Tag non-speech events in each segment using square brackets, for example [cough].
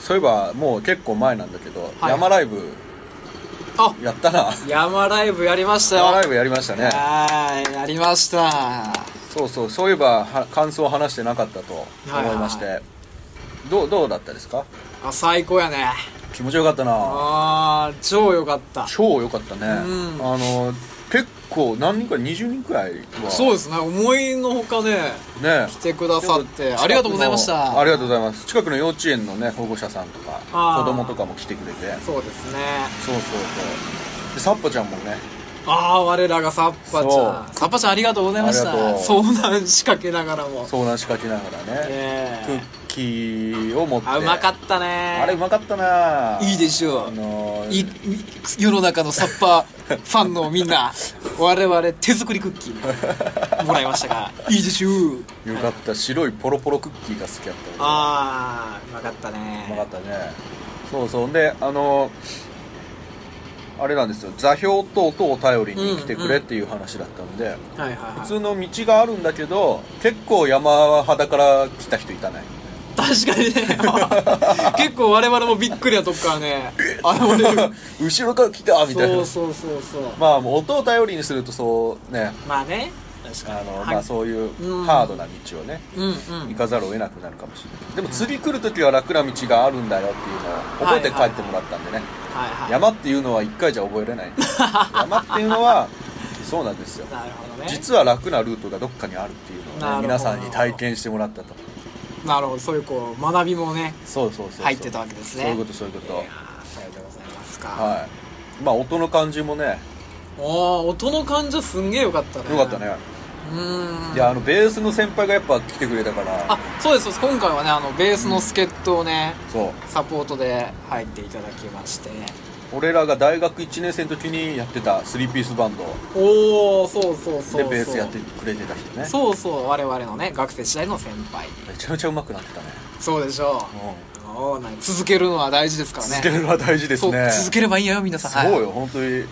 そういえばもう結構前なんだけど、はい山ライブあやったな [laughs] 山ライブやりましたよ山ライブやりましたねはいやりましたそうそうそういえばは感想を話してなかったと思いまして、はどうどうだったですかあ最高やね気持ちよかったなああ超良かった超良かったね、んあの結構何人くらい20人くらいはそうですね思いのほかねね来てくださってありがとうございまし近くのあたりがとうございます近くの幼稚園のね保護者さんとかあ子ー供とかも来てくれてそうですねそうそうそうでサッポちゃんもねああ我らがサッパちゃそんサッパちゃんありがとうございましありがとたう遭難仕掛けながらも遭難しかけながらね、えクえッキーを持ってあうまたかったねあれうまかったないいいでしょあうのーいい世の中のサッパーファンのみんな我々手作りクッキーもらいましたがいいでしょうよかった白いポロポロクッキーが好きだった俺ああうまかったねうまかったねそうそうであのあれなんですよ座標等々を頼りに来てくれっていう話だったので、はいはい、はい普、通の道があるんだけど結構山肌から来た人いたね確かにね [laughs] 結構我々もびっくりなとこからね現れる [laughs] 後ろから来たみたいなそうそうそうそうまあもう音を頼りにするとそうねまあね確あの、はいまあそういううんハードな道をね、うんうん行かざるを得なくなるかもしれないでも釣り来るときは楽な道があるんだよっていうのを覚えて帰ってもらったんでね、はいはい山っていうのは一回じゃ覚えれ [laughs] ない山っていうのはそうなんですよなるほどね実は楽なルートがどっかにあるっていうなのを、ね、るほど皆さんに体験してもらったとなるほどそういうこう学びもねそうそうそうそう入ってたわけですねそういうことそういうこと、いやーさようでございますか、はいまあ音の感じもねおー音の感じはすんげえよかったねよかったね、うーんいやあのベースの先輩がやっぱ来てくれたからあそうですそうです今回はねあのベースの助っ人をね、そうサポートで入っていただきまして俺らが大学1年生の時にやってた3ピースバンドおおそうそうそうそうでベースやってくれてた人ねそうそう我々のね学生時代の先輩にめちゃめちゃうまくなってたねそうでしょうおーなんか続けるのは大事ですからね続けるのは大事ですねそう続ければいいんやよ皆さんはいそうよ本当に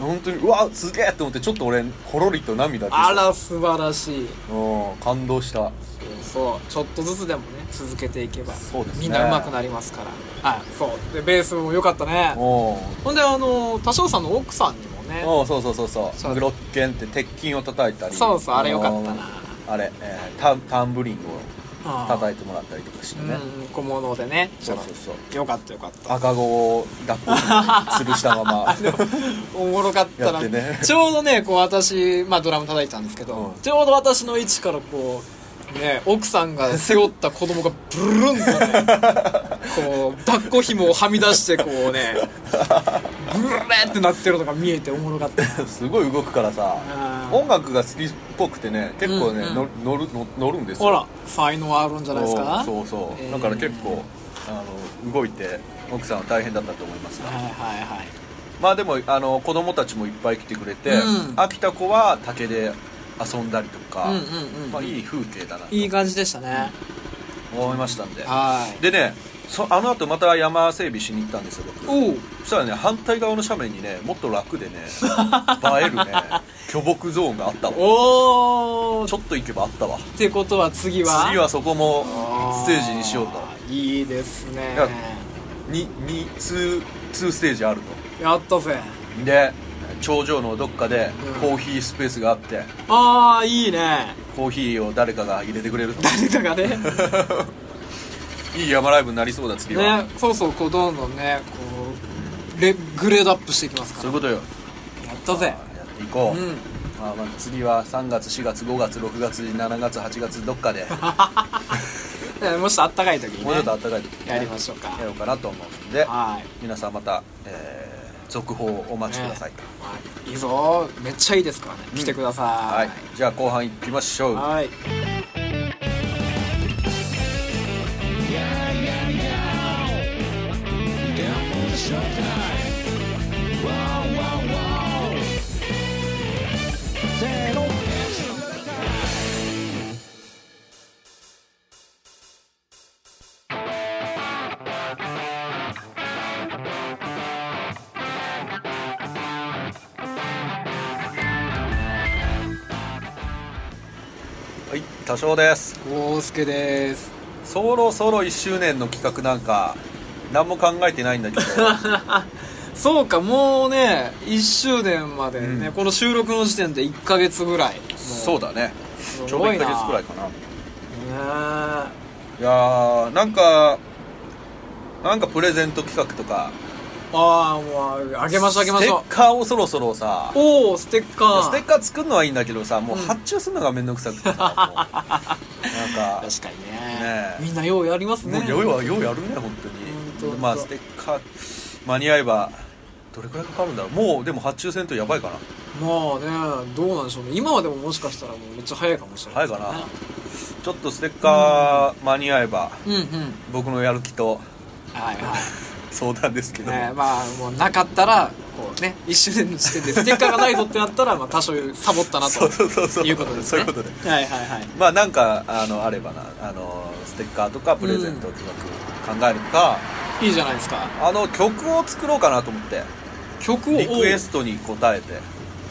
本当にうわすげえと思ってちょっと俺ほろりと涙出てあら素晴らしいうん感動したそうちょっとずつでもね続けていけばそうですねみんな上手くなりますからはいそうでベースも良かったねおほんであの多少さんの奥さんにもねおそうそうそうそうそうグロッケンって鉄筋を叩いたりそうそうあれよかったなあれ、えータンタンブリングを叩いいてもらったりとかしててね、うん小物でねちそょうっそうそうとよかったよかった赤子を抱っこする吊るしたま [laughs] まおもろかったやっら、てね [laughs] ちょうどねこう私、まあ、ドラム叩いてたんですけど、うんちょうど私の位置からこう、ね、奥さんが背負った子供がブル [laughs] ルンとねこう抱っこ紐をはみ出してこうねブルルーってなってるのが見えておもろかったな [laughs] すごい動くからさあー音楽が好きっぽくてね結構ね、うんうんの乗るの乗るんですよほら才能あるんじゃないですかそうそうそう、えーだから結構あの動いて奥さんは大変だったと思いますがはいはいはいまあでもあの子供たちもいっぱい来てくれて、うん飽きた子は竹で遊んだりとか、うんうんうんまあ、いい風景だなといい感じでしたね、思いましたんで、はいでねそあの後また山整備しに行ったんですよ僕おうそしたらね反対側の斜面にねもっと楽で [laughs] ね映えるね巨木ゾーンがあったわおちーょっと行けばあったわってことは次は次はそこもステージにしようとあーいいですねいやにに2ツーステージあるとやったぜで頂上のどっかでうんコーヒースペースがあって、ああいいねコーヒーを誰かが入れてくれると誰かがね [laughs] いい山ライブになりそうだ次は、 [laughs] ねそうそうこうどんどんねこうレグレードアップしていきますそうかいうことよらやったぜやっていこうう、んまあ、まあ次は3月4月5月6月7月8月どっ [laughs] かでねもしあったかい時にもうちょっと暖かねい時にね、やりましょうかやろうかなと思うんではい皆さんまた、えー続報をお待ちください、ねはいいいぞめっちゃいいですからね来てくだはさい、じゃあ後半いきましょいうはいはい多少です豪介ですそろそろ1周年の企画なんか何も考えてないんだけ [laughs] どそうかもうね1周年までね、うんこの収録の時点で1か月ぐらいもそうだねすちょうどごい1なヶ月くらいかないねやーなんかなんかプレゼント企画とかえああもうあげましょうあげましょステッカーをそろそろさうおおステッカーステッカー作るのはいいんだけどさもううん発注するのがめんどくさ [laughs] くてさ、もうなんか確かにねねえみんなようやりますねもうようはようやるね本当当に本当まあステッカー間に合えばどれくらいかかるんだろうもうでも発注せんとやばいかなまあねどうなんでしょうね今はでももしかしたらもうめっちゃ早いかもしれない、早いかなちょっとステッカー間に合えばうんうん僕のやる気とはいは相談ですけい、ど、ねえ、まあもうなかったらこうね1周年の時点でステッカーがないぞってなったら、まあ、多少サボったなそとうそうそうそういうことですねそういうことではいはいはいまあなんかあのあればなあのステッカーとかプレゼント企画考えるか、いいじゃないですかあの曲を作ろうかなと思って曲をリクエストに応えて、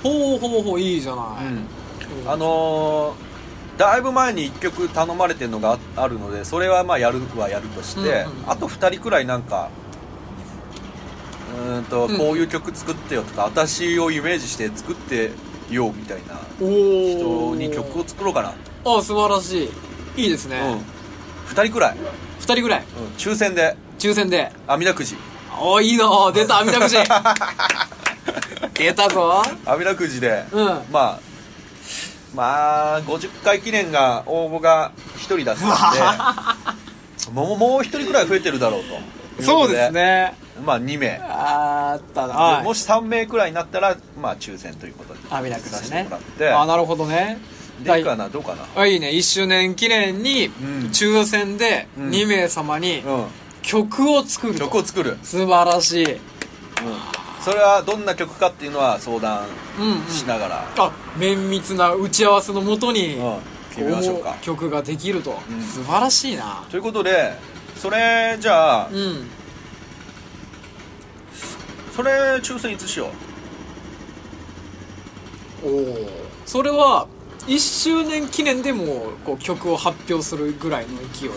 ほうほうほういいじゃない、あのーだいぶ前に1曲頼まれてるのがああるのでそれはまあやるはやるとして、うんうんあと2人くらいなんかうーんと、うんこういう曲作ってよとか私をイメージして作ってよみたいなお人おに曲を作ろうかな、あ素晴らしいいいですね、うん、2人くらい、 2人ぐらいうん抽選で抽選であみだくじおいいの出たあみ [laughs] だくじ出たぞあみだくじで、うんまあまあ50回記念が応募が1人だった [laughs] んでもうもう1人くらい増えてるだろうということそうですねまあ2名あったなもし3名くらいになったらまあ抽選ということであみだくさじせでてねもらっあてなるほどねでいいかなどうかなあいいね1周年記念にん抽選でうん2名様にう曲を作んると、曲を作る、うん、素晴らしい、それはどんな曲かっていうのは相談うんうん、しながら、あ綿密な打ち合わせのもとに、うん決めましょうか曲ができると、うん素晴らしいなということでそれじゃあうんそれ抽選いつしよおおそれは1周年記念でもこう曲を発表するぐらいの勢い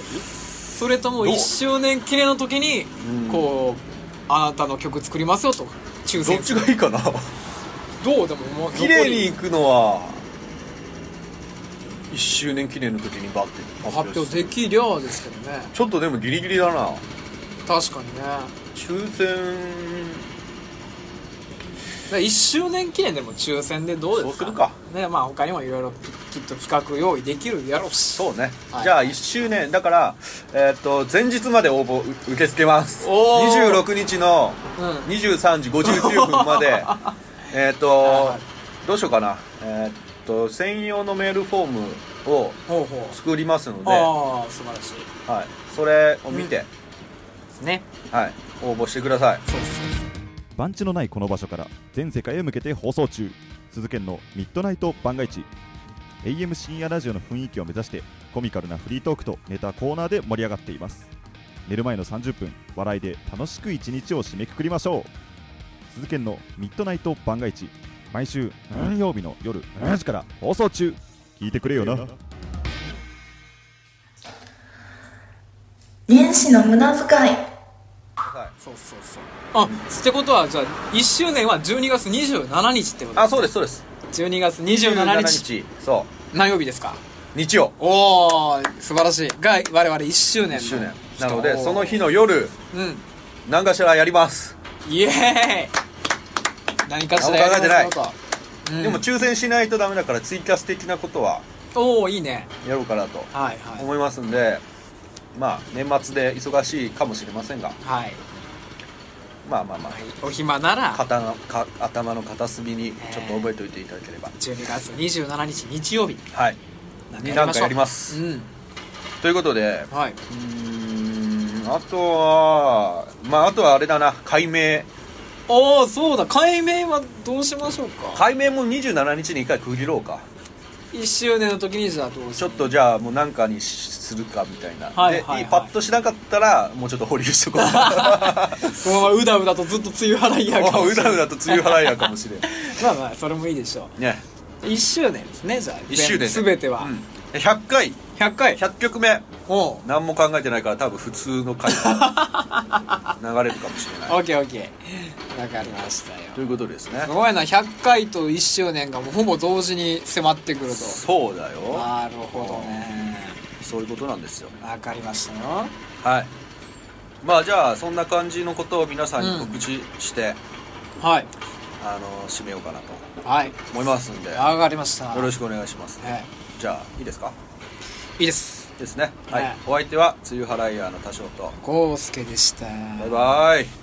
それとどもう1周年記念の時にうんこうあなたの曲作りますよと抽うど選っちがいい [laughs] かなどうでももう綺麗にいくのは1周年記念の時にバッて残り発表できりゃあですけどねちょっとでもギリギリだな確かにね抽選1周年記念でも抽選でどうですかそうするかねまあ他にもいろいろきっと企画用意できるやろうしそうね、はいじゃあ1周年だから、えーっと前日まで応募う受け付けますおー26日のうん23時59分ま [laughs] でえーっと、はどうしようかなえーっと専用のメールフォームをほうほう作りますので、はああ素晴らしいでい、それを見て、すねはい、応募してくださいそうです番地のないこの場所から全世界へ向けて放送中鈴研のミッドナイト番外地 AM 深夜ラジオの雰囲気を目指してコミカルなフリートークとネタコーナーで盛り上がっています寝る前の30分笑いで楽しく一日を締めくくりましょう鈴研のミッドナイト番外地毎週金曜日の夜7時から放送中聞いてくれよな年始の無駄遣いはいそうそうそうあってことはじゃあ1周年は12月27日ってことあそうですそうですす12月27日日そう何曜日ですか日曜おお素晴らしいが我々1周年の1周年なのでその日の夜うん何かしらやります、イエーイ何かしら何も考えてないやりますよとうんでも抽選しないとダメだからツイキャス的なことはおおいいねやろうかなとはいは思いますんで、まあ年末で忙しいかもしれませんがいはいまあまあまあお暇なら肩のか頭の片隅にちょっと覚えておいていただければ、 12月27日日曜日はいましょうなんかやりますうんということではいうーんあとはまああとはあれだな解明おおそうだ解明はどうしましょうか解明も27日に一回区切ろうか1周年の時にじゃあどうしちょっとじゃあもう何かにするかみたいな、はいはいはいでパッとしなかったらもうちょっと保留しとこう [laughs] このままうだうだとずっと梅雨払いやかもも [laughs] うしうれなだいうだと梅雨払いやかもしれん [laughs] まあまあそれもいいでしょねう1周年ですねじゃあ1周年全全ては、うん100回100回100曲目おう何も考えてないから多分普通の回が流れるかもしれないオッケーオッケーわかりましたといようことですねすごいな100回と1周年がもうほぼ同時に迫ってくるとそうだよなるほどねそういうことなんですよわかりましたよはいまあじゃあそんな感じのことを皆さんに告知して、はいあの締めようかなとはい思いますんでよわかりましたろしくお願いしますえじゃあいいですかえいいですですねはいねお相手は梅雨払いヤーの多少とゴースケでしたバイバイ